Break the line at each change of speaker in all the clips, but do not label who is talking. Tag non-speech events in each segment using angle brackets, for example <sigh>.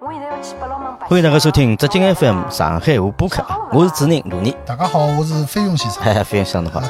欢迎大家收听浙江 FM 上海话播客，啊我是主持人卢尼。
大家好，我是飞勇先生。 <laughs>
哎， <laughs> 非常想侬好。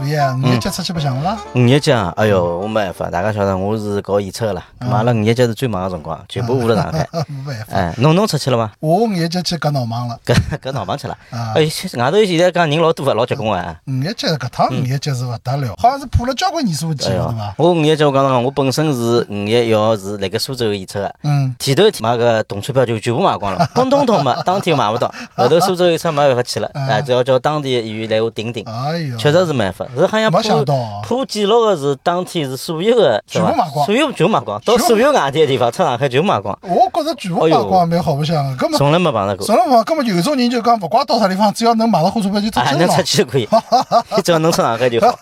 五一啊，五一节出去白相勿啦？
五一节啊，哎哟，我没办法，大家晓得我是搞演出个啦，咁阿拉五一节是最忙个辰光，全部窝辣上 <laughs> 海。
<laughs> 没办法，
哎，侬侬出去了吗？ <laughs>
我五一节去搿闹忙了。
搿搿闹忙去了。
啊
哎，现外头现在讲人老多啊，老结棍啊。
五一节搿趟五一节是勿得了，好像是破了交关年数的记
哎
录，
哟
对伐，？
我五一节我讲讲，我本身是五一一号是辣盖苏州有演出个。
嗯，
前头买个动车票就全部买光了，通通通没，当天买勿到。后头苏州有车没办法去了，哎，只要叫当地演员来我顶顶。
哎哟，
确实是没法，是好像
没想
破
到啊
破纪录的是当天是所有的，是
全部
吧
买光
所有全买光，到
全部
所有外地的地方，出上海全部买光，
我觉着全部曝光蛮好白相啊个，搿么
从来没碰到过。
从了嘛，搿么有种人就讲，勿怪到啥地方，只要能买到火车票就
<laughs>
出
啊，
去
能
了
出
<laughs> 嘛。
去就可以，你只要能出上海就
<laughs>
好。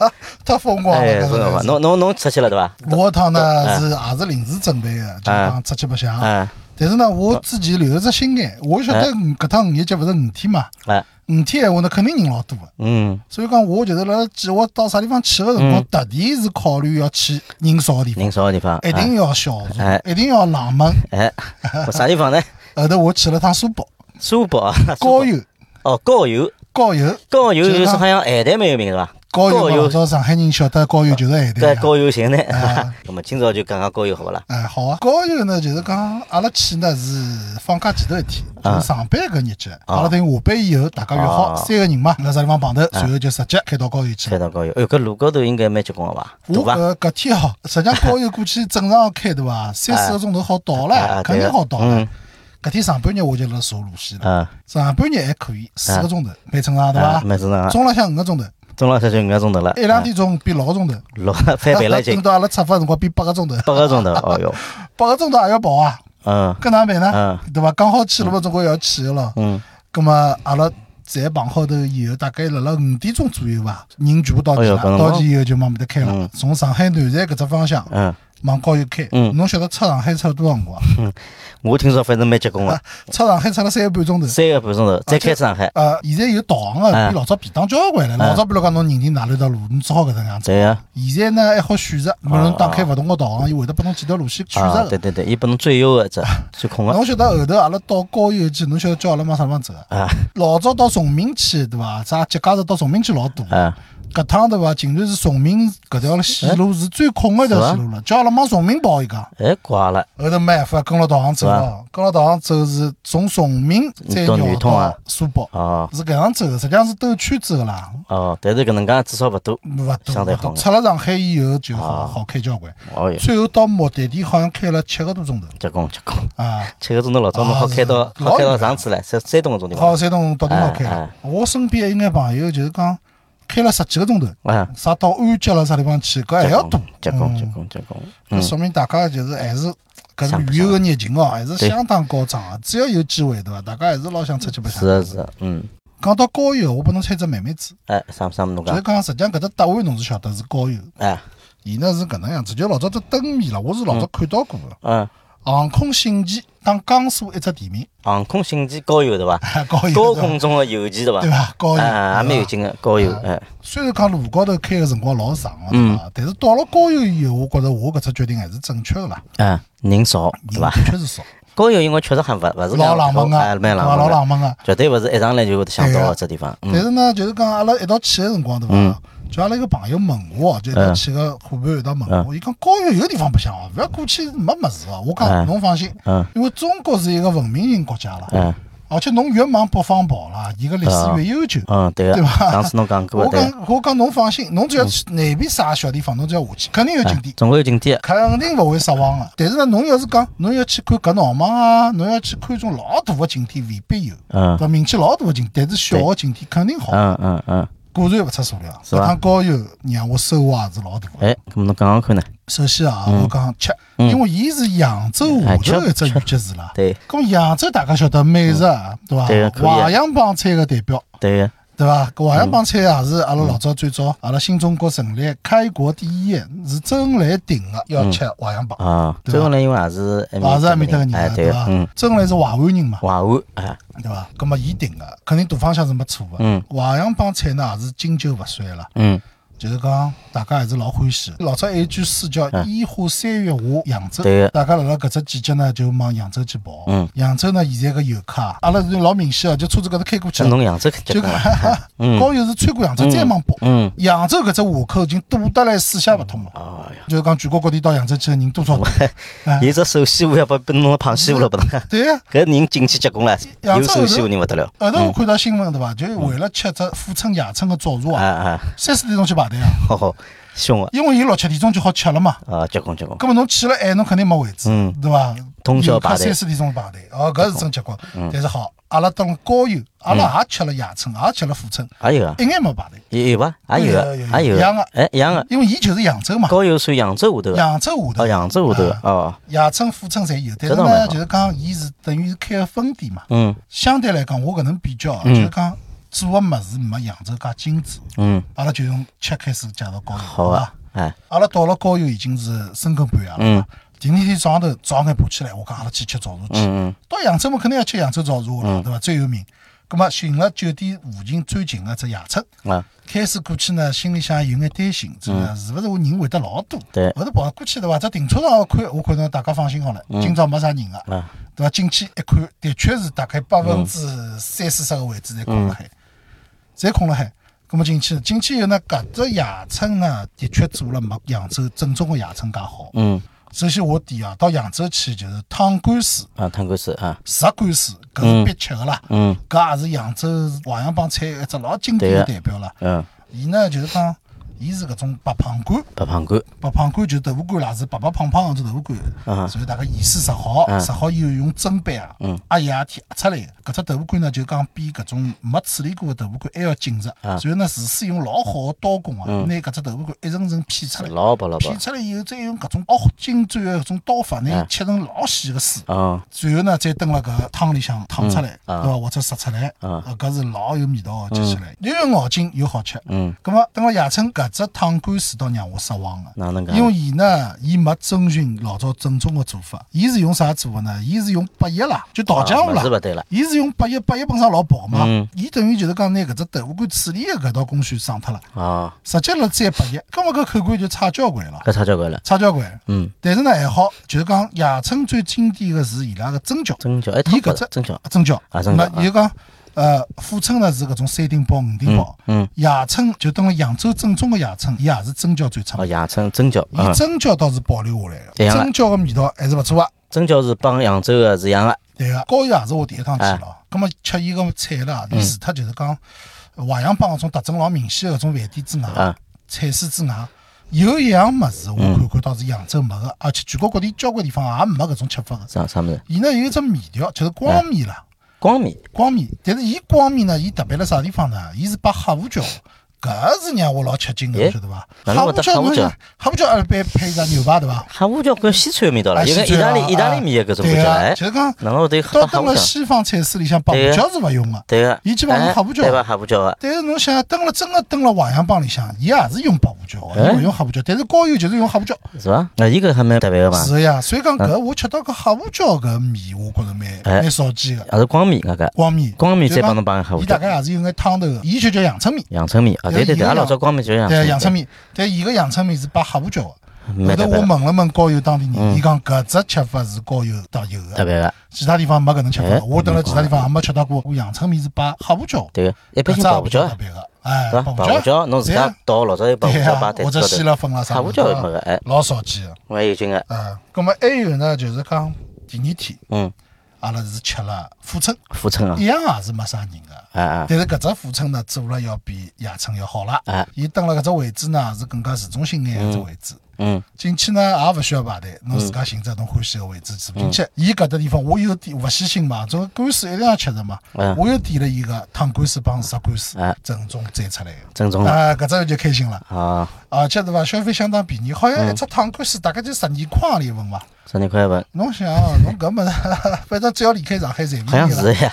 太风光了，
哎，
搿
真
是
的吧？侬侬侬出去了对吧？
我趟
哎
呢是也是临时准备的，就是讲出去白相。
啊
但是呢，我之前留了只心眼，我晓
哎
得五搿趟五一节勿是五天嘛，
啊
五天闲话呢肯定人老多个。
嗯，
所以讲，我就是辣辣计划到啥地方去个辰光，特地是考虑要去人少个地方，
人少的地方。
一定要小众
嗯哎，
一定要冷门。
哎，哎我啥地
<laughs>
方呢？
后头我去了趟苏北
苏北啊，
高
邮
邮，
哦，高邮，
高邮，
高邮
就是是
好像邯郸蛮有名是吧？
高
高
邮
邮
嘛，照上海人晓得高邮就是邯
搿
郸呀。
高邮行呢
啊。
<laughs> 那么今朝就讲讲高邮好不啦？
哎，好啊！高邮呢，就是讲阿拉去呢是放假前头一天，就是上班搿日节，阿拉等于下班以后，大家约好
啊
三个人嘛，辣啥地方碰头，随后就直接开到高邮去
开
了。
到高邮，哎呦，搿路高头应该蛮结棍个吧？
我
大伐？
搿搿天哦，实际上高邮过去正常开对伐？三四个钟头好到
啊
了，哎肯
对
定
个
好到了
嗯。
搿天上半日我就辣坐路线了，
啊，
上半日还可以，四个钟头，蛮正常对
啊
伐？
蛮正常啊
中浪向五个钟头，
中浪向就五个钟头了，
一两点钟变六个钟头，
六翻倍了已
等 <laughs>
经，
到阿拉出发辰光变八个钟头， <laughs>
八个钟头，哦哟，
八个钟头也要跑啊，
嗯
搿哪办呢？
嗯
对伐？讲好去了嘛，总归要去个咯。
嗯，
葛么阿拉侪碰好头以后，大概辣辣五点钟左右伐，人全部到齐
哎呦嗯
了
搿辰，光
到齐以后就往面搭开了，从上海南站搿只方向
嗯，
往高头开。
嗯
侬晓得出上海出了多少
<laughs>
辰光？
我听说反正蛮结棍个，
出啊上海出了三个半钟头。
三个半
啊
钟头再开上海，
呃，现在有导航个，
嗯
比老早便当交关了。老早比如讲侬认定哪里条路，侬只好搿能样子。
哎对呀，
现在呢还好选择，比如侬打开勿同个导航，伊会得拨侬几条路线选
啊，
择
对
个。
对对，伊拨侬最优个只最空个
侬晓得后头阿拉到高邮去，侬晓得叫阿拉往啥地方走啊？
啊
老早到崇明去对伐？啥节假日到崇明去老多。
啊，
搿趟对伐？竟然是崇明搿
哎
条线路是最空个一条
啊
线路了，叫阿拉往崇明跑一个。
哎挂了，
后头没办法跟牢导航走了，跟牢导航走是从崇明再
到南
绕
通啊
到苏北，
哦
是搿样走的，实际上是兜圈子个啦。
哦，但是搿能介至少勿多，
勿多
嗯相对
勿
好啊
多，出了上海以后就好好开交关。
哦哟，
最后到目的地好像开了七个多钟头
结棍结棍，
啊！
七个钟头老早侬
啊
好开到
是
好开到
老远
上次来山山东个种地方，
好，山东到地方开
哎
了。我身边有眼朋友就是讲开了十几个钟头，
啊，
啥到安吉了啥地方去，搿还
结
要
棍
多。
结棍
嗯
结棍结棍，
那
嗯，
说明大家就是还是搿
想不
旅游个热情哦，还是
对
相当高涨啊！只要有机会，对伐？大家还是老想出去白相。
是的是的，嗯，
讲到高邮，我拨侬猜只妹妹子，
哎，啥啥么侬
就
讲
是，讲实际上搿只答案侬是晓得是高邮，
哎，
伊呢是搿能样子，就老早只灯谜了，我是老早看到过个。
嗯，
航空信件当江苏一只地名，
航空信息高邮对伐？
<laughs> 高邮
高
对伐
空中的邮件对伐？
哎对伐？高邮啊
啊，也蛮有劲个，高邮，哎，
虽然讲路高头开个辰光老长个，对
嗯
伐？但是到了高邮以后，我觉着我搿只决定还是正确个啦，
啊，人少对
人
伐？
的确是少，
高邮因为确实很勿勿是
嗯老冷门
个，
个，
哎，
对
蛮
伐？老啊
冷
冷
门
门个。
绝对勿是一上来就会得想到个
啊
只地方，
但
嗯，
是呢，就是讲阿拉一道去个辰光，对伐？就阿拉一个朋友问我，就一
哎
道去个伙伴一道问我，伊讲高原有地方白相哦，勿要过去没物事哦。我
嗯
讲侬放心
嗯，
因为中国是一个文明型国家
嗯
啦，而且侬越往北方跑啦，伊个历史越悠久。
嗯，对个
对，吧
上次侬讲过
我
个，对
讲
个，
我讲侬放心，侬只要去哪边啥小地方，侬只要下去，肯定有景
哎
点，。
总归有景点，
肯定勿会失望个，但是呢，侬要是讲侬要去看搿闹忙啊，侬要去看种老大个景点，未必有，
嗯
对伐？名气老大个景点，但是小个景点肯定好。
嗯嗯嗯，
果然勿出所料，
是吧
搿趟高邮让我收获也是老大的。
哎，搿么侬讲讲看呢？
首先啊，我讲吃，
嗯
因为伊是扬州下头的一
哎
只县级市啦。
对
咁扬州大家晓得美食啊，对
对啊
伐？
可以啊嗯
淮扬帮菜的代表，
对啊个，
对伐？搿淮扬帮菜也是阿拉老早最
嗯
早阿拉新中国成立开国第一宴是周恩来定的，要吃淮扬帮，
嗯啊，
对
周
吧
恩来因为也是埃
也是埃面搭个
人
人
哎，
啊，
对
对
个
伐，
嗯，？
周恩来是淮安人嘛，
淮安，哎，
对啊伐？咁么伊定的，肯定大方向是没错的。
嗯
淮扬帮菜呢也是经久不衰了。
嗯，
就是讲大家还是老欢喜。老早有一句诗叫“烟花三月下扬州”，
嗯对个
大家辣辣搿只季节呢就往扬州去跑。
嗯，
扬州呢现在个游客啊，阿拉是老明显啊，就车子高头开过去
这，侬扬州
就
结棍
讲
了，
<laughs> 高友是穿过扬州再往跑。
嗯，
扬州搿只河口已经堵得来水泄勿通了，
哎呀，
就是讲全国各地到扬州去的人多
嗯
少多？
伊只手西湖要把被弄胖西湖了，不能。
对呀。
<laughs> 搿人进去结棍了，
扬
有
州
手西湖人勿得了。
后头我看到新闻对伐？就为了吃只富春夜春个早茶
啊
啊，
啊， <laughs>
三四点钟去排队啊，
好好凶啊！
因为伊六七点钟就好吃了嘛。
啊，结棍结棍，
咁么侬去了哎晚，侬肯定没位置
嗯，
对伐？
通宵排队嗯
游客三四点钟排队，哦，搿是真结棍。但是好，阿拉当高邮，阿拉也吃了夜春，也吃了富春，
也有啊，
一眼没排队，
有有伐？也有
有有
啊，
有
也有
一样的
啊，哎，一样个。
因为伊就是扬州嘛，
高邮算扬州下头个，
扬州下头
哦，，扬州下头
啊
个，哦，
夜春、富春侪有，但
这
是
倒蛮
呢，
好
就是讲伊是等于是开个分店嘛。
嗯
相对来讲，我搿能比较啊，就
嗯
是讲做个物事没扬州介精致。
嗯，
阿拉就用吃开始介绍高邮，
好
伐
啊？，哎，
阿拉到了高邮已经是深更半夜了。
嗯
第二天早上头早眼爬起来，我讲阿拉去吃早茶去。
嗯嗯
到扬州嘛，肯定要吃扬州早茶个了，对伐？最有名。葛么寻了酒店附近最近个只夜出，
嗯啊，
开始过去呢，心里想有眼担心，这个是勿是我人会得老多？
嗯对
后头跑过去对伐？只停车场我看，我看到大家放心好了，
嗯
今朝没啥人个，
啊
对伐？进去一看，的确是大概百分之
嗯
三四十个位置侪空了海，侪空了海。葛么进去，进去以后呢，搿只夜村呢，啊的确做了没扬州正宗个夜村介好。
嗯
首先我第一啊，到扬州去就是汤干水。
啊，汤官司啊，
石干水，搿是必吃个啦。
嗯
搿也是扬州淮扬帮菜一只老经典的
对
代表啦。
嗯，
伊呢就是讲，伊是搿种白胖干，
白胖干，
白胖干就是豆腐干啦，是白白胖胖的只豆腐干。
啊
然后大家盐水石好，石好以后用砧板啊，
嗯
压一压贴压出来的。搿只豆腐干呢，就讲比搿种没处理过的豆腐干还要紧实。
啊
然后呢，厨师用老好的刀工啊，拿搿只豆腐干一层层劈出来。
嗯老白老白
劈，出来以后，再用搿种老精湛的搿种刀法，
啊
拿伊切成老细个丝。
哦，
最后呢，再蹲辣搿汤里向烫出来，
嗯啊
对伐？或者杀出来，
啊
呃搿是老有味道的，吃起来又有咬劲又好吃。
嗯，
葛末蹲辣啊夜村搿只汤干水倒让我失望了。
哪能讲？
因为伊呢，伊没遵循老早正宗的做法，伊是用啥做的呢？伊是用百叶啦，就桃浆糊
啊物事勿
啦。
对了，
伊是用百叶，百叶本身老薄嘛
嗯，
伊等于就是讲拿搿只豆腐干处理的搿道工序省脱了，
哦，
直接辣蘸百叶，葛末搿口感就差交关了，
搿差交关了，
差交关。
嗯，
但是呢还好，就是讲夜村最经典的是伊拉个蒸饺，
蒸饺，哎，
伊
汤
搿
包
只
蒸饺，
蒸饺，
啊蒸饺
那伊就讲，呃，富春呢是搿种三锭包、五锭包，
嗯，
夜春就等了扬州正宗的夜春，伊也是蒸饺最出
哦，
名。
阳春蒸饺，
伊
嗯，
蒸饺倒是保留下来的，
一样的
蒸饺的味道还是勿错啊。
蒸饺是帮扬啊州个是一样个，
对个，高邮也是我第一趟去
哎
了，葛么吃伊个菜啦，
嗯
伊除脱就是讲淮扬帮搿种特征老明显的搿种饭店之外
啊，嗯
菜式之外。有一样物事，我看看到是扬州没个，而且全国各地交关地方也没搿种吃法个。
啥啥物事？
伊呢有一只面条，就是光面啦，
光面，
光面。但是伊光面呢，伊特别辣啥地方呢？伊是把黑胡椒，搿是让我老吃惊的，
诶
晓得伐？
哪
黑
能
胡
会得
椒，
黑胡椒
侬黑胡椒阿拉配配上牛排对伐？
黑胡椒跟西餐味道
啊
了，有
西
眼意
餐
大
啊
利呃意大
啊
利面的搿种
对
感觉，
啊
哎，
就是讲
哪能会对黑
到
黑
等
胡
了
椒？
西方菜市里向，白胡
对啊
椒是勿用个。
对个，
伊基本上
哎
黑胡椒
对伐？黑胡椒个，
但是侬想，蹲了真个蹲了淮扬帮里向，伊也是用白胡椒的，
哎
伊勿用黑胡椒，但是高邮就是用黑胡椒，
是伐？那伊搿还蛮特别个嘛，
是个呀。所以讲搿我吃到搿黑胡椒搿面，我觉着蛮
哎
蛮少见个。
也是光面搿个，
光面，
光面
就是
再
讲
帮侬帮黑胡
伊
椒
大，概也是有眼汤头的，伊就叫阳春面，
阳春面啊，对对
有
对，阿
有
老早光面就是阳
哎对，阳
面
春面，但伊个阳春面是把黑胡椒的。后
蛮
头
特别
我
的
问了问高邮当地
嗯
人，伊讲搿只吃法是高邮特有
特
的，
别个，
其他地方没搿能吃法
呃哎
的。我蹲辣其他地方也没吃到过，阳春面是把黑胡椒的，
对个，一般
搿
性
只
白
也
胡
比
椒
较
啊
特，别个，哎，
对伐？白胡椒侬自
对
家
啊
倒老早有白胡
对
椒
啊
摆在
或者
桌
希
头，
拉粉啊啥
黑胡椒
物
也
事啊
没个，哎，
老少见的。
蛮有劲个，
啊，咁么还有呢，就是讲第二天
嗯，
阿拉是吃了富春，
富春啊
一，样也是没啥人个。
啊啊，
但是搿只富春呢，做了要比夜春要好啦
哎。
伊蹲辣搿只位置呢，是更加市中心眼只位置。
嗯，
进去呢也勿需要排队，侬自家寻只侬欢喜个位置
嗯
坐进去。伊搿搭地方我有点勿细心嘛，种干水一定要吃着嘛
嗯。
我又点了一个汤干水帮石干水
哎，
正宗摘出来的。
正宗了
啊，搿只就开心了，
啊，
而且对伐？消费相当便宜，好
嗯
像一只汤干水大概就十二块钿一份伐。
十二块一份，
侬想啊，侬搿物事， <laughs> 反正只要离开上海，侪
好像
便宜了。
是呀，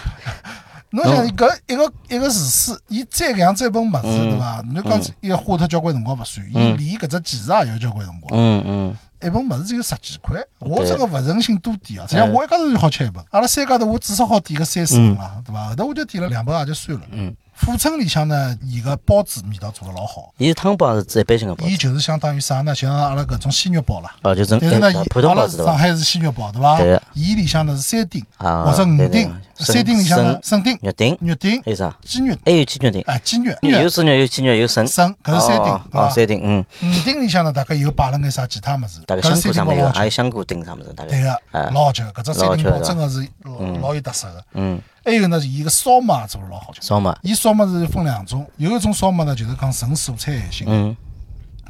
侬想搿一个一个厨师，伊再搿样再份物
嗯
事，对伐？侬讲要花脱交关辰光勿算，伊连搿只技术也要交关辰光。
嗯嗯，
一份物事只有十几块，我
对
真个勿忍心多点啊！实际上我一家头就好吃一份，阿拉三家头我至少好点个三四份啊，对伐？后头我就点了两份也就算了。
嗯，
富春里向呢，伊个包子味道做得老好，
伊是汤包还是一般性个包
伊？就是相当于啥呢？像阿拉搿种鲜肉包啦。
哦，就是
但是呢，
普
伊
通
阿
包
拉
子对伐
上？海是鲜肉包对伐
对的？
伊里向呢是三丁
啊
或者
对
五
的
丁，
笋
三丁里向呢
笋
笋丁、
肉丁哎
肉丁
还、有啥？
鸡肉、
还有鸡肉丁，
哎鸡肉、
嗯有
肉
猪肉，有鸡肉，有笋。
笋，搿是三啊丁
哦，哦，
对伐？
三丁，嗯，
五丁里向呢，大概有摆了眼啥其他物事，
大概
搿
香菇
三
啥
丁
么
包
子有，
老
还有
吃，
香菇丁啥么子，大概。
对个
啊哎，
老好吃，搿只
老
三
吃
丁包
是
真
吧
个是老老有特色个。
嗯，
还有呢，伊个烧麦也做得老好吃。
烧麦，
伊烧麦是分两种，有一种烧麦呢，就是讲纯蔬菜咸型，
嗯，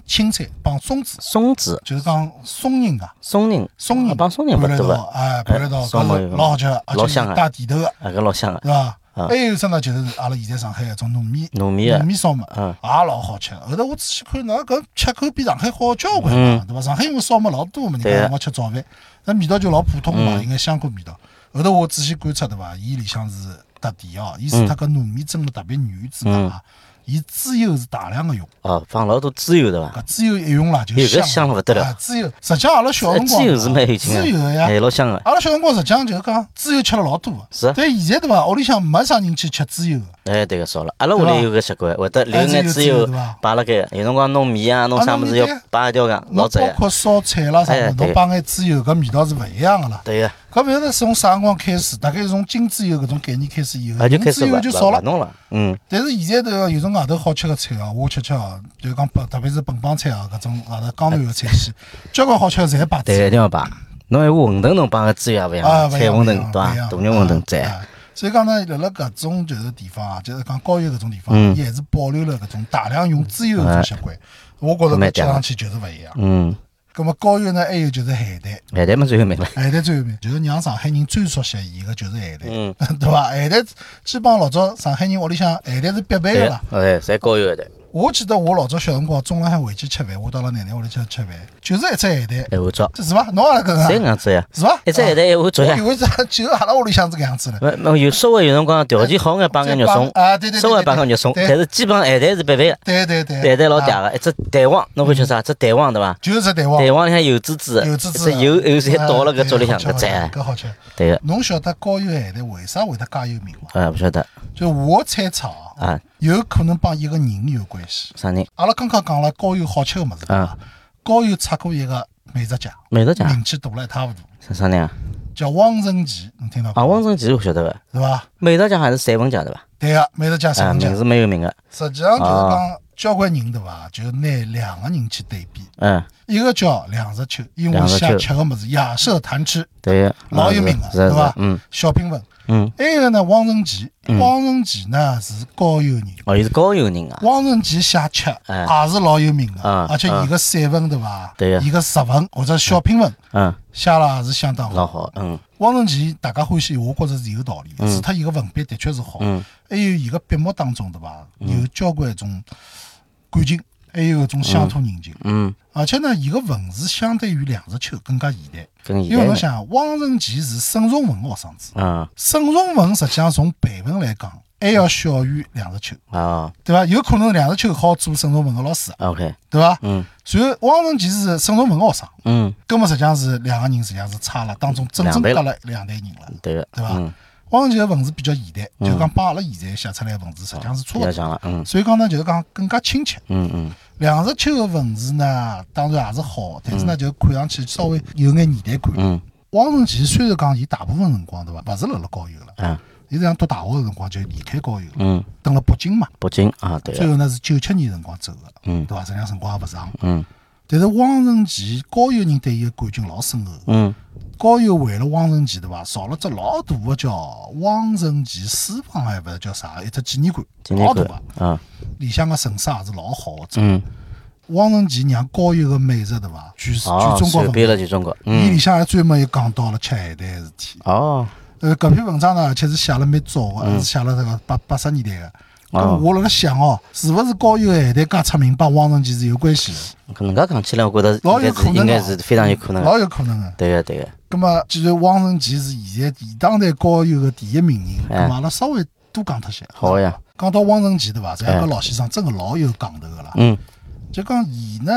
青菜帮松子，
松子，
就是讲松仁啊，
松仁，
松
啊
仁
帮松仁不
拌了一
对
道
伐？，
哎，拌了一道，
松
搿
仁
是老好吃的，而
老
且
香
是
啊
带甜头的，
啊，搿老香个，
对伐？
啊
还有一只呢，哎就是阿拉现在上海搿种糯米，
糯米啊
糯米烧麦，
嗯
也老好吃。后头我仔细看，那搿吃口比上海好交关嘛，对伐？上海因为烧麦老多嘛，
嗯
人
对
家
啊嗯
辰光吃早饭，那味道就老普通嘛，应该香菇味道。后头我仔细观察，对伐？伊里向是特点哦，伊除脱搿糯米蒸了特别软之外
嗯
啊，伊猪油是大量的用。
哦，放老多猪油对伐？
搿猪油一用啦，就
哎搿
香
香
了
了不得了
啊猪油，实际上阿拉小
哎
辰光啊
猪油是蛮有劲
猪油
个，
的呀
哎，。老香个，
阿拉小辰光实际上就是讲猪油吃了老多的，
是啊
但现在对伐？屋里向没啥人去吃猪油的。
哎，对个少了。阿拉屋里有个习惯，会得
哎
留眼猪油摆辣盖，有辰光弄米啊，弄啥物事要摆一条杠，
侬
老
包
赞个。
括烧菜啦啥
哎
物事，
对
侬摆眼猪油，搿味道是勿一样个啦。
对个，
搿勿晓得是从啥辰光开始，大概是从金猪油搿种概念开始以后，
啊就
银
开
猪
始
油
勿
就
勿
少
勿
了。
弄了，嗯，
但是现在头有辰外头好吃个菜啊，我吃吃啊，就是讲本特别是本帮菜啊，搿种外头江南个菜系，交关好吃个侪摆猪
对
油
个，一定要摆。侬闲话馄饨侬摆个猪油也勿一
啊，
样，
勿一
彩
样
馄
勿一
饨
样
对伐
勿
大
一？样
肉馄饨赞。
哎所以讲呢，辣辣搿种就是地方啊，就是讲高原搿种地方，
嗯哎
伊还是保留了搿种大量用猪油搿种习惯。我觉着搿吃上去就是勿一样。
嗯，
葛末高原呢，还有就是海带，
咸蛋么最后没了。
海带最后面就是让上海人最熟悉伊个就是海带，
嗯
<laughs> 对伐？海带基本上老早上海人屋里向海带是必
对
备个
个
啦。，
哎，侪高油的。
我记得我老早小辰光中浪向回去吃饭，我到了奶奶屋里去吃饭，就是一只海带，
哎，我操，
这是伐？侬也搿个啊啊
侪搿样子呀？哎
是伐？
一只咸蛋一碗粥呀
以？为是就是阿拉屋里向是搿样子的。
勿勿有稍微有辰光条件好眼摆眼肉松，
啊对对对
稍微摆眼肉松，
对
但是基本上咸蛋是必备个。
对对对，
蛋蛋老嗲
啊，嗯
个，一只蛋黄，侬会吃啥？一只蛋黄对伐？
就是只蛋黄，
蛋黄里向油滋滋的，
油
一
滋
只
滋，
油油侪倒了搿粥里向，搿
搿
赞啊。
搿啊好吃。
对个，
侬晓得高原咸蛋为啥会得加油名伐？
啊，勿晓得
就我猜测啊，
啊，
有可能帮一个人有关系。
啥人？
阿拉刚刚讲了高原好吃个物事，对伐
啊？
高原出过一个美食家，
美食家
名气大了一塌糊涂，
啥啥人啊？
叫汪曾祺，侬听到
啊，
过
汪曾祺我晓得个，
是伐？
美食家还是散文家对伐？
对个，美食家什
啊，
么家
名？字蛮有名个，
实际上就是
啊
讲交关人对伐？就拿两个人去对比，
嗯，
一个叫梁实秋，因为
梁
我
实
想
秋
吃个物事雅舍谈吃。
对个，
老
啊
有
是
名个，
是
对
是
伐？
嗯，
小品文。
嗯，
还有呢，汪曾祺，汪曾祺呢是高邮人，
哦，伊是高邮人啊，
汪曾祺写吃
哎
也是老有名个，
啊
而且伊个散文对伐？
对呀
伊个散文或者小品文
嗯，
写了也是相当
老
好。
好，嗯，
汪曾祺大家欢喜，我觉着是有道理的，除脱伊个文笔的确是好，
嗯
还有伊个笔墨当中对伐，有交关一种感情，还有一种乡土人情。
嗯，
而且呢，伊个文字相对于梁实秋更加现代，
跟现
因为
代
侬
人，
想，汪曾祺是沈从文个学生子。
嗯，
沈从文实际上从辈分来讲，还要小于梁实秋，
哦
对伐？有可能梁实秋好做沈从文个老师，
，OK，
对伐？
嗯。
然后汪曾祺是沈从文个学生，
嗯，
根本实际上是两个人实际上是差了，当中真
两
正
倍
隔
了
了两代人了，
对个，
对伐
嗯，？
汪曾祺个文字比较现代，就是讲帮阿拉现在写出来的文字实际上是差
比
勿
较
多。
像了，嗯
所以讲呢，就是讲更加亲切。
嗯嗯，
梁实秋个文字呢，当然也是好，但是呢，就看上去稍微有眼年代感。
嗯
汪曾祺虽然讲伊大部分辰光对伐，勿是辣辣高邮了，
啊
伊实际上读大学个辰光就离开高邮了。
嗯，
登了北京嘛，
北京啊，对
最
个，
后呢是九七年辰光走的，
嗯
对伐？实际上辰光也勿长。
嗯
但是汪曾祺高邮人对伊个感情老深厚，
嗯，
高邮为了汪曾祺对伐，造了只老大个叫汪曾祺私房还勿是叫啥，一只纪念馆，
今天
老大
个
个，
啊，
里向个陈设也是老好个。
嗯，
汪曾祺让高邮个美食对伐，全全
哦，
中国
传遍
闻。
了全中国，
伊
嗯
里，向还专门又讲到了吃海带个事体，
哦，
呃，搿篇文章呢，而且是写了蛮早个，
嗯
还是写了这个八八十年代个。
啊
咁我辣辣想哦，是勿是高邮海带介出名，帮汪曾祺是有关系的，
搿能介讲起来，我觉得
老
应
有
该
可
是
能
应该
的
是非常有可能的。
老有可能个。
对个对个，
咁么，既然汪曾祺是现在现当代高邮个第一名人，
哎
咁么阿拉稍微多讲脱些。
好呀。
讲到汪曾祺对伐？这
哎
个老先生真个老有讲头个啦。
嗯
就讲伊呢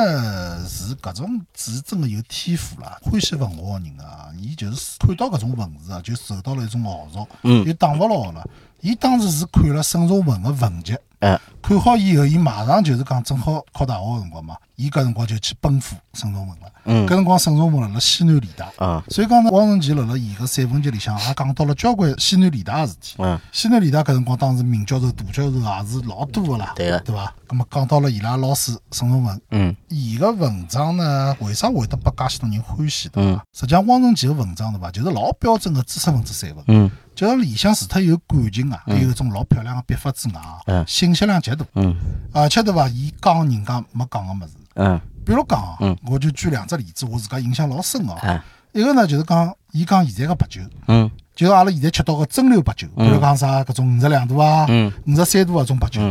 是搿种是真个有天赋啦，欢喜文学个人啊，伊就是看到搿种文字啊，就受到了一种熬造，
嗯
就打勿牢了。伊当时是看了沈从文个文集，
嗯
看好以后，伊马上就是讲正好考大学个辰光嘛，伊搿辰光就去奔赴沈从文了。
嗯
搿辰光沈从文辣辣西南联大，
啊
所以讲呢，汪曾祺辣辣伊个散文集里向也讲到了交关西南联大个事体。
嗯
西南联大搿辰光当时名教授、大教授也是老多个啦，
对个
对伐？葛末讲到了伊拉老师沈从文，
嗯
伊个文章呢，为啥会得被介许多人欢喜？对
嗯
伐？实际上，汪曾祺个文章对伐，就是老标准个知识分子散文。
嗯
就像里向除脱有感情啊，还有一种老漂亮个笔法之外啊，
嗯
信息量极大，
嗯
而且对伐，伊讲人家没讲个物事。
嗯
比如讲啊
嗯，
我就举两只例子，我自家印象老深个啊。
啊
一个呢，就是讲伊讲现在个白酒，
嗯
就是阿拉现在吃到个蒸馏白酒，比如讲啥搿种五十两度啊、
嗯
五十三度啊种白酒，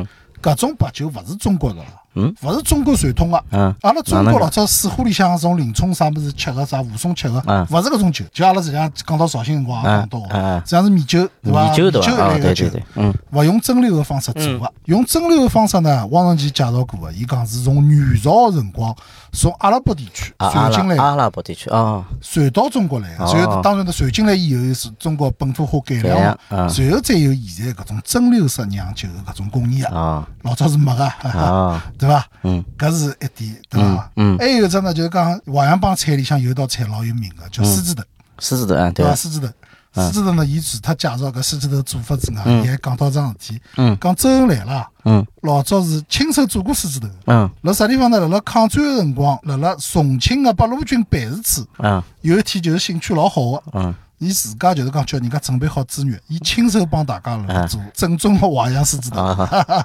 搿种白酒勿是中国个啦，
嗯
勿是中国传统个。啊
嗯
阿拉中
哪能
国
讲
老早水浒里向从林冲啥物事吃个啥武松吃个
嗯，
勿是搿种酒，就阿拉实际上讲到绍兴辰光也讲到
嗯嗯
个
嗯，
实际上是米酒对伐？
米酒对
对
伐
一类
啊
个
对
酒
对对，嗯
勿用蒸馏个方式做个，用蒸馏个方式呢，汪曾祺介绍过个，伊讲是从元朝个辰光从阿拉伯地区
啊
传
阿
进来
拉
的，
阿拉伯地区哦
传到中国来个。
哦
然后当然呢，传进来以后是中国本土化改良
改
了
良，嗯
然后再有现在搿种蒸馏式酿酒个搿种工艺啊，
哦
老早是没个，哈哈
哦
对伐？
嗯
搿是一点，对伐？
嗯嗯
还有一只呢，就是讲淮阳帮菜里向有一道菜老有名个，叫狮子头，
狮子头啊对
对伐？
伐
狮子头，狮子头呢，伊除脱介绍搿狮子头做法之外，伊还讲到桩事体，
嗯
讲周恩来啦，
嗯
老早是亲手做过狮子头。
嗯
辣啥地方呢？辣辣抗战个辰光，辣辣重庆个八路军办事处，
嗯
有一天就是兴趣老好个，
嗯
伊自家就是讲叫人家准备好资源，伊亲手帮大家辣辣做正宗个淮扬狮子头。
啊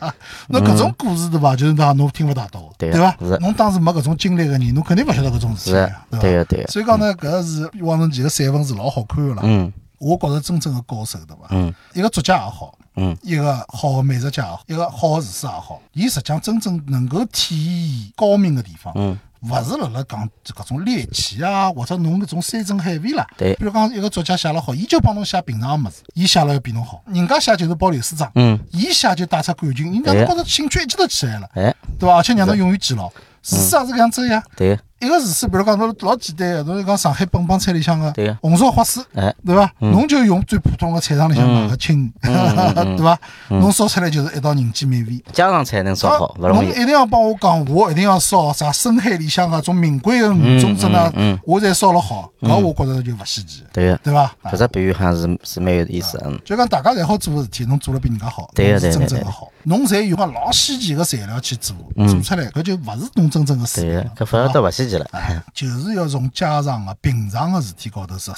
<laughs> 那搿种故事对伐？就是讲侬听勿大到的，
对
对
呀
伐
是？
侬当时没搿种经历个人，侬肯定勿晓得搿种事体
是啊
呀，伐
对？个对个
所以讲呢，搿是汪曾祺个散文是老好看个啦。
嗯
我觉着真正个高手对伐？
嗯
一个作家也好，
嗯
一个好个美食家也好，一个好个厨师也好，伊实际上真正能够体现伊高明个地方，
嗯
勿是辣辣讲搿种猎奇啊，或者侬搿种山珍海味啦。
对
比如讲一个作家写了好，伊就帮侬写平常个物事，伊写了要比侬好。人家写就是包流水账，
嗯
伊写就带出感情，人家
对
觉着兴趣一记头起来了，
哎
对伐？而且让侬永远记牢。厨师也是搿样子呀。
对个
一个厨师，比如讲侬老简单个，侬就讲上海本帮菜里向个
对呀
红烧花丝，
哎
对伐？侬就用最普通个菜场里向买
嗯
个青， <laughs> 对伐？侬烧出来就是一道人间美味。
家常菜能烧嗯好勿
侬
容易
一定要帮我讲，我一定要烧啥深海里向个种名贵个鱼种子呢
嗯嗯嗯，
我才烧了好，搿我觉着就勿稀奇，
对个
对伐？
搿只比喻好像是是蛮有意思的嗯
就讲大家侪好做个事体，侬做了比人家好，
对
侬
呀
是
对呀
真
对
正个
呀嗯
好。侬侪用个老稀奇个材料去做，做出来搿就勿是侬真正个水
对
平
个
了。
搿反而倒勿稀奇了
啊，就是要从家常个、平常个事体高头入手，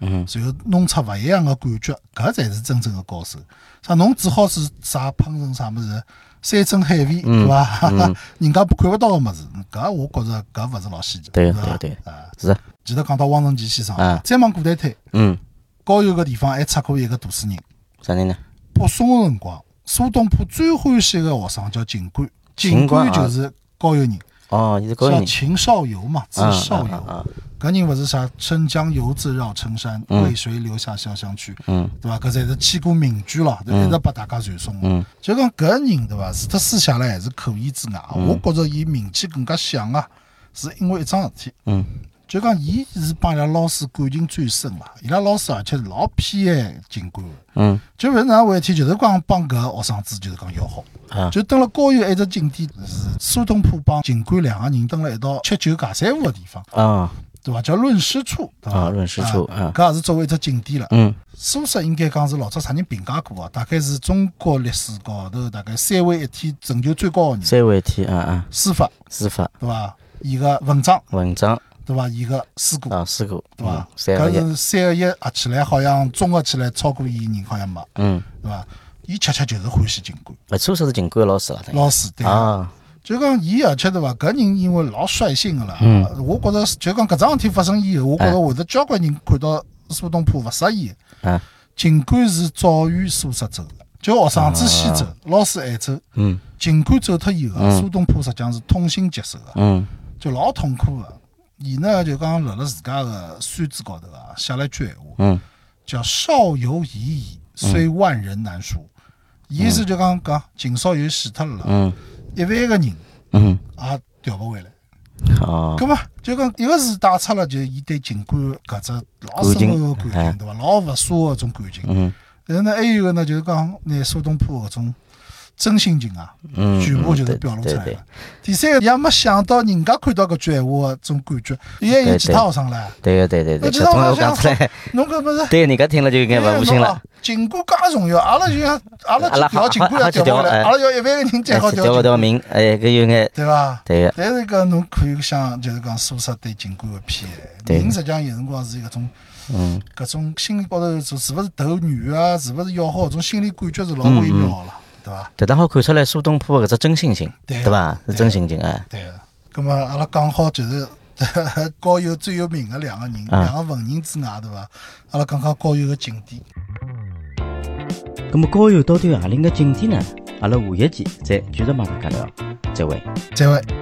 嗯
然后弄出勿一样个感觉，搿才是真正个高手。像侬只好是啥烹饪啥物事，山珍海味，
嗯
对伐？ <laughs> 人家看勿到个物事，搿我觉着搿勿是老稀奇，
对
伐？
对对
啊，
是啊
记得讲到汪曾祺先生
啊，
再往古代推，
嗯
高邮个地方还出过一个读书人。
啥人呢
北宋个辰光，苏东坡最欢喜个学生叫秦观，秦
秦观
观
啊
就是高邮人，
哦伊是高
叫
人
秦少游嘛，字
啊
少
啊啊
游
啊。
搿人勿是啥“生将犹自绕城山，为谁留下潇湘去”，
嗯
对伐？搿才是千古名句了，就一直拨大家传颂的。
嗯
就讲搿人对伐？除脱书写了还是可以之外，
嗯
我觉着伊名气更加响啊，是因为一桩事体。
嗯
就讲伊是帮伊拉老师感情最深了，伊拉老师而且是老偏爱秦观的。
嗯
就勿是哪回事体，就是讲帮搿个学生子就是讲要好，
啊
就蹲辣高邮一只景点是苏东坡帮秦观两个人蹲辣一道吃酒尬三胡个地方，
啊
对伐？叫论诗处，对伐？
啊论诗处
啊
啊
搿也是作为一只景点了。
嗯
苏轼应该讲是老早啥人评价过啊？大概是中国历史高头大概三位一体成就最高个人，
三位一体啊啊
书法
书法
对伐？伊个文章
文章
对伐？伊个诗歌
啊诗歌
对伐
嗯？三合一
搿是三合一合起来，好像综合起来超过伊人好像没，
嗯
对伐？伊恰恰就是欢喜秦观。
呃苏轼是秦观的老师了等于
老师对个
啊
就讲伊而且对伐，搿人因为老率性个啦，
嗯
我觉着就讲搿桩事体发生以后，
哎
我觉着会得交关人看到苏东坡勿适意。
啊
尽管是早于苏轼走的，就学生子先走，老师还走。
啊嗯
尽管走脱以后，啊苏东坡实际上是痛心疾首个，
嗯
就老痛苦个。伊呢就讲辣辣自家个《酸子》高头啊，写了一句闲话，
嗯
叫“少游已矣，虽万人难书”。意思就讲讲秦少游死脱了啦，
嗯嗯
一万个人
嗯
也调勿回来。
哦，
咁么就讲一个字带出了，就伊对情感搿只老深厚个感情，对伐？老勿舍个种感情。
嗯
然后呢，还有一个呢，就是讲拿苏东坡搿种真性情啊，
嗯，
全部就是
嗯
表露
对
出来
对对
了。第三个，伊也没想到人家看到搿句闲话的种感觉，伊还有其他学生唻。
对个，对对对，
我
搿
知道
种
我
我讲出来，
侬搿勿是？
对人家听了就应该
嗯
勿无心了。。哎
情感介重要，阿拉就像阿
阿拉
拉调情
哈
感要
哈
调
调
下来，
哎
阿拉要一万个人
哎
才好
调
调
勿
情
到
感，
名，哎，搿有眼
对伐？
对啊个，
但是讲侬可以想，就是讲苏轼对情感个偏爱，
对
人实际上有辰光是搿种
嗯，
搿种心里高头是是勿是斗女啊，是勿是要好，搿种心理感觉是老微妙
嗯
个啦，对伐？
迭当好看出来苏东坡搿只真性情，
对
对
啊
伐？是
对啊
真性情哎，
对个。咁么阿拉讲好就是 <laughs> 高邮最有名个两个人，
啊
两个文人之外，对伐？阿拉讲讲高邮个景点。
咁么高邮到底有何里个景点呢？阿拉下一期再继续帮大家聊，再会。
再会。